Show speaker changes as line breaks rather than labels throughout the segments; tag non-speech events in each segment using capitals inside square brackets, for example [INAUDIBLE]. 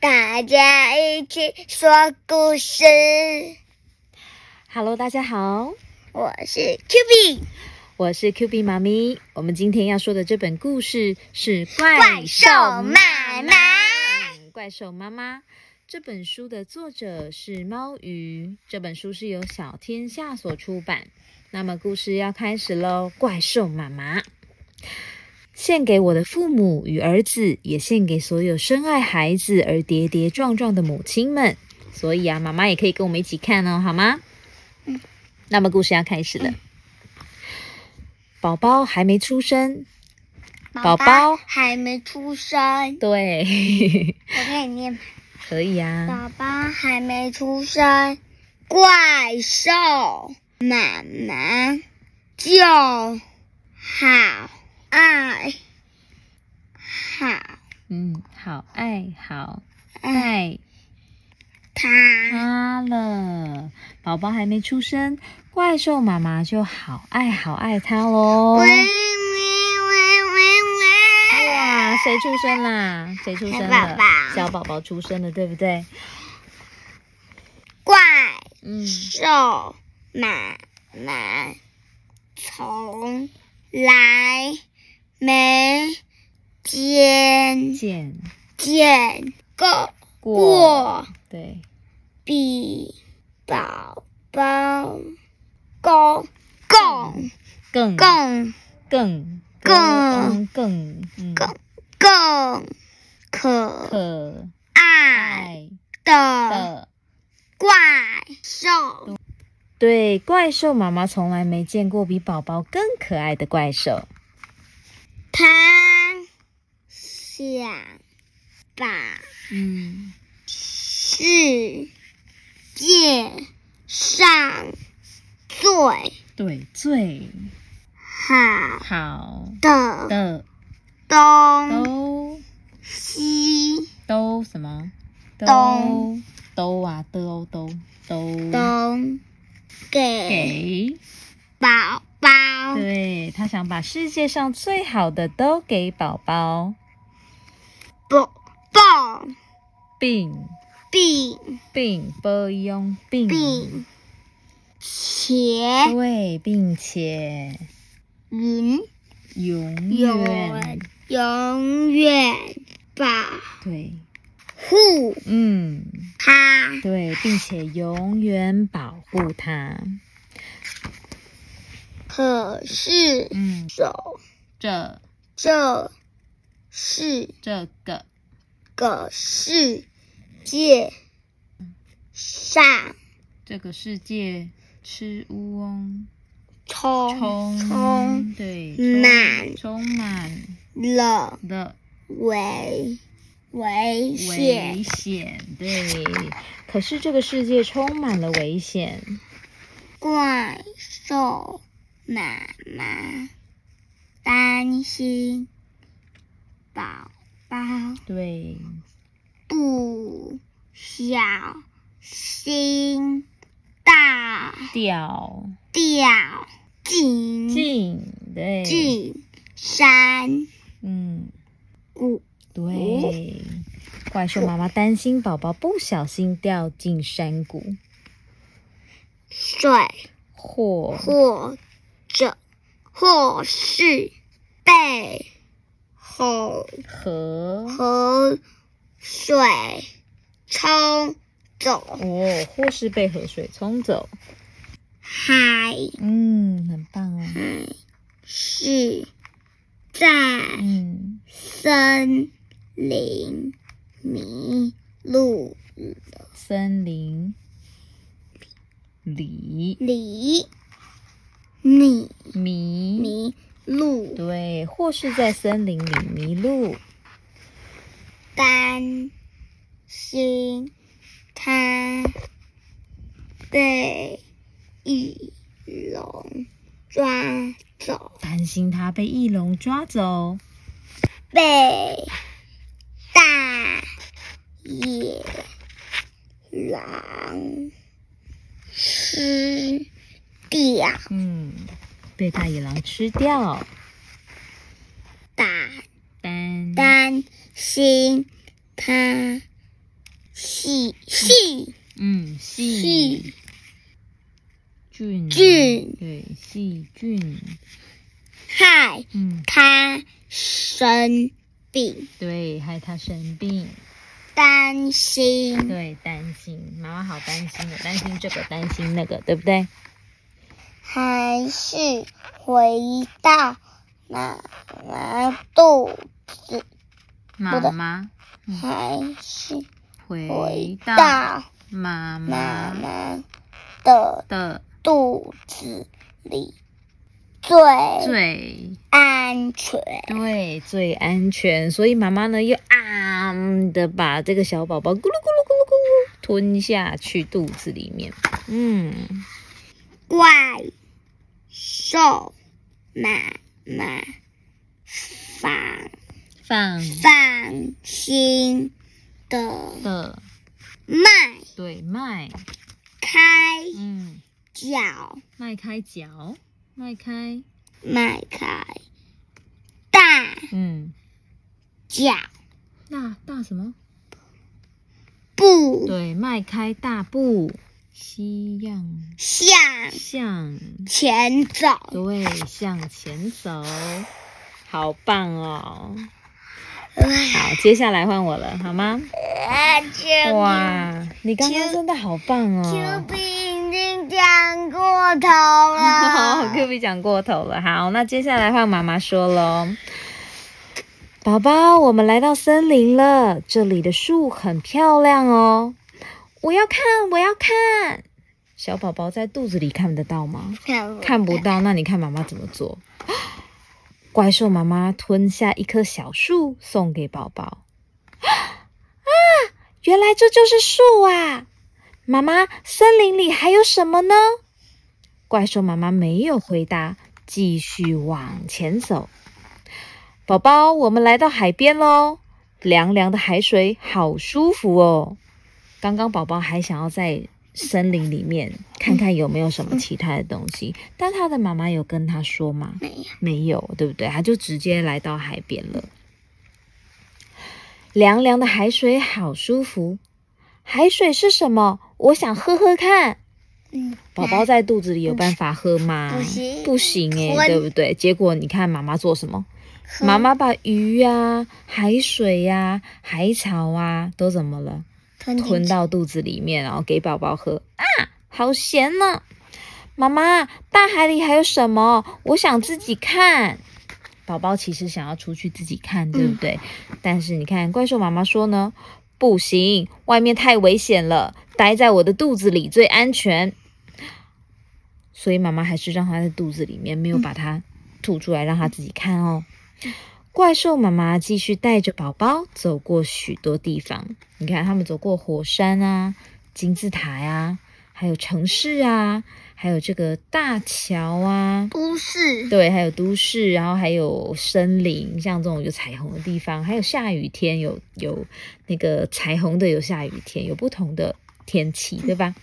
大家一起说故事。
Hello，大家好，
我是 Q B
我是 Q B 妈咪。我们今天要说的这本故事是《
怪
怪
兽妈妈。
嗯怪兽妈妈这本书的作者是猫鱼，这本书是由小天下所出版。那么故事要开始喽，怪兽妈妈。献给我的父母与儿子，也献给所有深爱孩子而跌跌撞撞的母亲们。所以啊，妈妈也可以跟我们一起看哦，好吗？
嗯。
那么故事要开始了。宝宝还没出生，宝宝
还没出生，
对，
我给你念吧。
可以啊，
宝宝还没出生，怪兽妈妈就好爱好
嗯，好爱好
爱
爱
他，
他了。宝宝还没出生，怪兽妈妈就好爱好爱他喽。
喂喂喂
哇，
喂喂。
谁出生啦？谁出生
小宝
了
宝？
小宝宝出生了，对不对？
怪
嗯，
兽妈妈从来没见
见
见过
过，
过
对，
比宝宝高更
更
更
更
更
更嗯
更更可
可
爱
爱
的
的。
怪兽
对，怪兽妈妈从来没见过比宝宝更可爱的怪兽。
他想把。
嗯，
世界上最
对，最
好
好
的
的
东
都
西
都什么？
都
都啊，都都都
东给
给。
宝宝，
对他想把世界上最好的都给宝宝，
不蹦
并
并
并不用并
并且
对，并且
云
永
永
远
永远保
对，
护
嗯。 [LAUGHS]
它，
对，并且永远保护它。
可是
嗯，
手
这
这是。
这个
个世界上
这个世界吃乌翁
充
充
充
对
满
充充满
了
了
危危
危
险，
险，对。可是这个世界充满了危险，
怪兽妈妈担心宝宝
对，
不小心大
掉
掉进
进，对，
进山
嗯，
谷。
对。怪兽妈妈担心宝宝不小心掉进山谷，
水
或
或者或是被洪
和
河水冲走，
哦，或是被河水冲走。
还
嗯，很棒哦。
是在
嗯，
森林迷路
森林里
里，你
迷，
迷路
对，或是在森林里迷路。
担心它被翼龙抓走，
担心它被翼龙抓走，
被大野狼吃掉，
嗯，被大野狼吃掉。
担
担
担心它细细
嗯，细
细
菌，
菌
对，细菌，
害
嗯，
他生病，
对，害他生病，
担心
对，担心，妈妈好担心的，担心这个，担心那个，对不对？
还是回到妈妈肚子，
妈妈
还是
回
回
到
到妈
妈妈
妈的
的
肚子里最
最
安全。
对最安全，所以妈妈呢又啊的把这个小宝宝咕噜咕噜咕噜咕噜吞下去肚子里面，嗯，
怪兽妈妈放
放
放心的
的
迈
对迈，
开
嗯，
脚，
迈开脚，迈开，
迈开大
嗯，
脚
大大什么？
步，
对，迈开大步，西样
向
向，
前走。
对，向前走，好棒哦！好，接下来换我了，好吗？
啊，这
哇，你刚刚
丘
真的好棒哦！
Q 币已经讲过头了。
Q B 讲过头了，好，那接下来换妈妈说喽。宝宝，我们来到森林了，这里的树很漂亮哦。我要看，我要看。小宝宝在肚子里看得到吗？
看
看不到，那你看妈妈怎么做？ [GASPS] 怪兽妈妈吞下一棵小树送给宝宝。 [GASPS] 啊，原来这就是树啊！妈妈，森林里还有什么呢？怪兽妈妈没有回答，继续往前走。宝宝，我们来到海边喽，凉凉的海水好舒服哦。刚刚宝宝还想要在森林里面
嗯
看看有没有什么其他的东西，但他的妈妈有跟他说吗？
没有
没有，对不对？他就直接来到海边了。凉凉的海水好舒服，海水是什么？我想喝喝看。
嗯，
宝宝在肚子里有办法喝吗？
不行
不行哎、
吞
对不对？结果你看妈妈做什么？
喝
妈妈把鱼呀、海水呀、海草啊都怎么了？
吞进
吞
去
到肚子里面，然后给宝宝喝啊，好咸呢、妈妈，大海里还有什么？我想自己看。宝宝其实想要出去自己看，对不对？
嗯
但是你看，怪兽妈妈说呢，不行，外面太危险了，待在我的肚子里最安全。所以妈妈还是让它在肚子里面，没有
嗯
把它吐出来，让它自己看哦。怪兽妈妈继续带着宝宝走过许多地方，你看他们走过火山啊、金字塔呀、还有城市啊，还有这个大桥啊，
都市
对，还有都市，然后还有森林，像这种有彩虹的地方，还有下雨天，有有那个彩虹的，有下雨天，有不同的天气，对吧？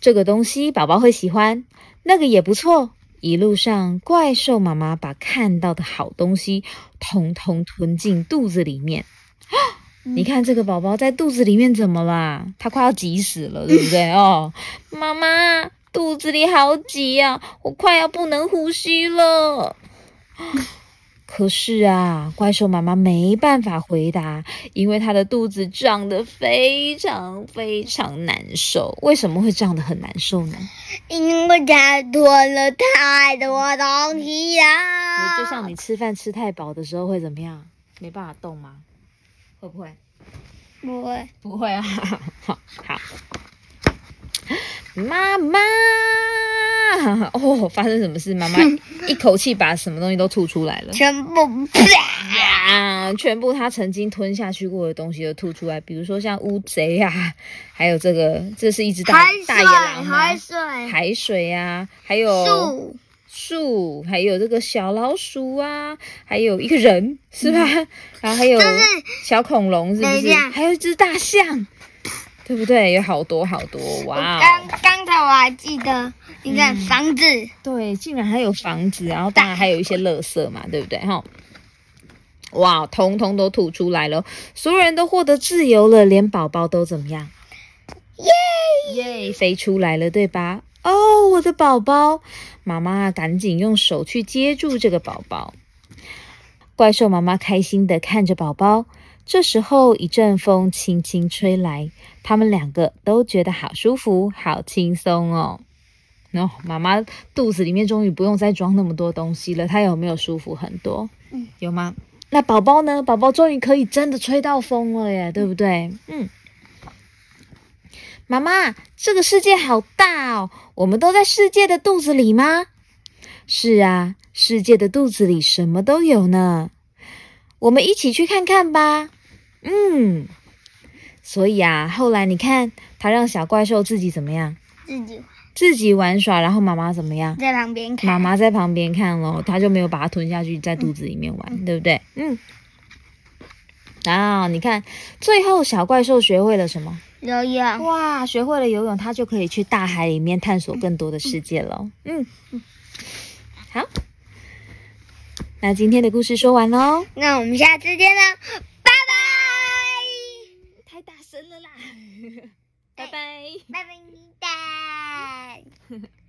这个东西宝宝会喜欢，那个也不错。一路上，怪兽妈妈把看到的好东西统统吞进肚子里面。你看这个宝宝在肚子里面怎么啦？他快要急死了，对不对？哦，妈妈，肚子里好挤呀、我快要不能呼吸了。可是啊，怪兽妈妈没办法回答，因为她的肚子胀得非常非常难受。为什么会胀得很难受呢？
因为它吞了太多东西啦。
就像你吃饭吃太饱的时候会怎么样？没办法动吗？会不会？
不会，
不会啊。 [LAUGHS] 好，好。妈妈，哦，发生什么
[LAUGHS]
事？妈妈一口气把什么东西都吐出来了。
全部
啊，全部他曾经吞下去过的东西都吐出来，比如说像乌贼啊，还有这个，这是一只大
海
大野
水，
狼吗
海？水，
海水啊，还有
树，
树，还有这个小老鼠啊，还有一个人是吧？ [LAUGHS] 然后还有
嗯就是
小恐龙，是不
等一
是？
下
还有一只大象，对不对？有好多好多，哇、哦
刚刚才我还记得，你看
嗯
房子，
对，竟然还有房子，然后当然还有一些垃圾嘛，对不对？哈，哇，通通都吐出来了，所有人都获得自由了，连宝宝都怎么样？耶耶，飞出来了，对吧？哦，我的宝宝，妈妈赶紧用手去接住这个宝宝。怪兽妈妈开心的看着宝宝。这时候，一阵风轻轻吹来，他们两个都觉得好舒服，好轻松哦。然后妈妈肚子里面终于不用再装那么多东西了，她有没有舒服很多？
嗯，
有吗？那宝宝呢？宝宝终于可以真的吹到风了耶，对不对？嗯。妈妈，这个世界好大哦，我们都在世界的肚子里吗？是啊，世界的肚子里什么都有呢。我们一起去看看吧。嗯，所以啊，后来你看，他让小怪兽自己怎么样？
自己
自己玩耍，然后妈妈怎么样？
在旁边看。
妈妈在旁边看咯，他就没有把它吞下去，在肚子里面玩，对不对？嗯。啊，你看，最后小怪兽学会了什么？
游泳，
哇，学会了游泳，它就可以去大海里面探索更多的世界了。嗯，好，那今天的故事说完喽。
那我们下次见啦，拜拜，
太 [LAUGHS] 大声了啦！拜拜。
拜拜，拜拜。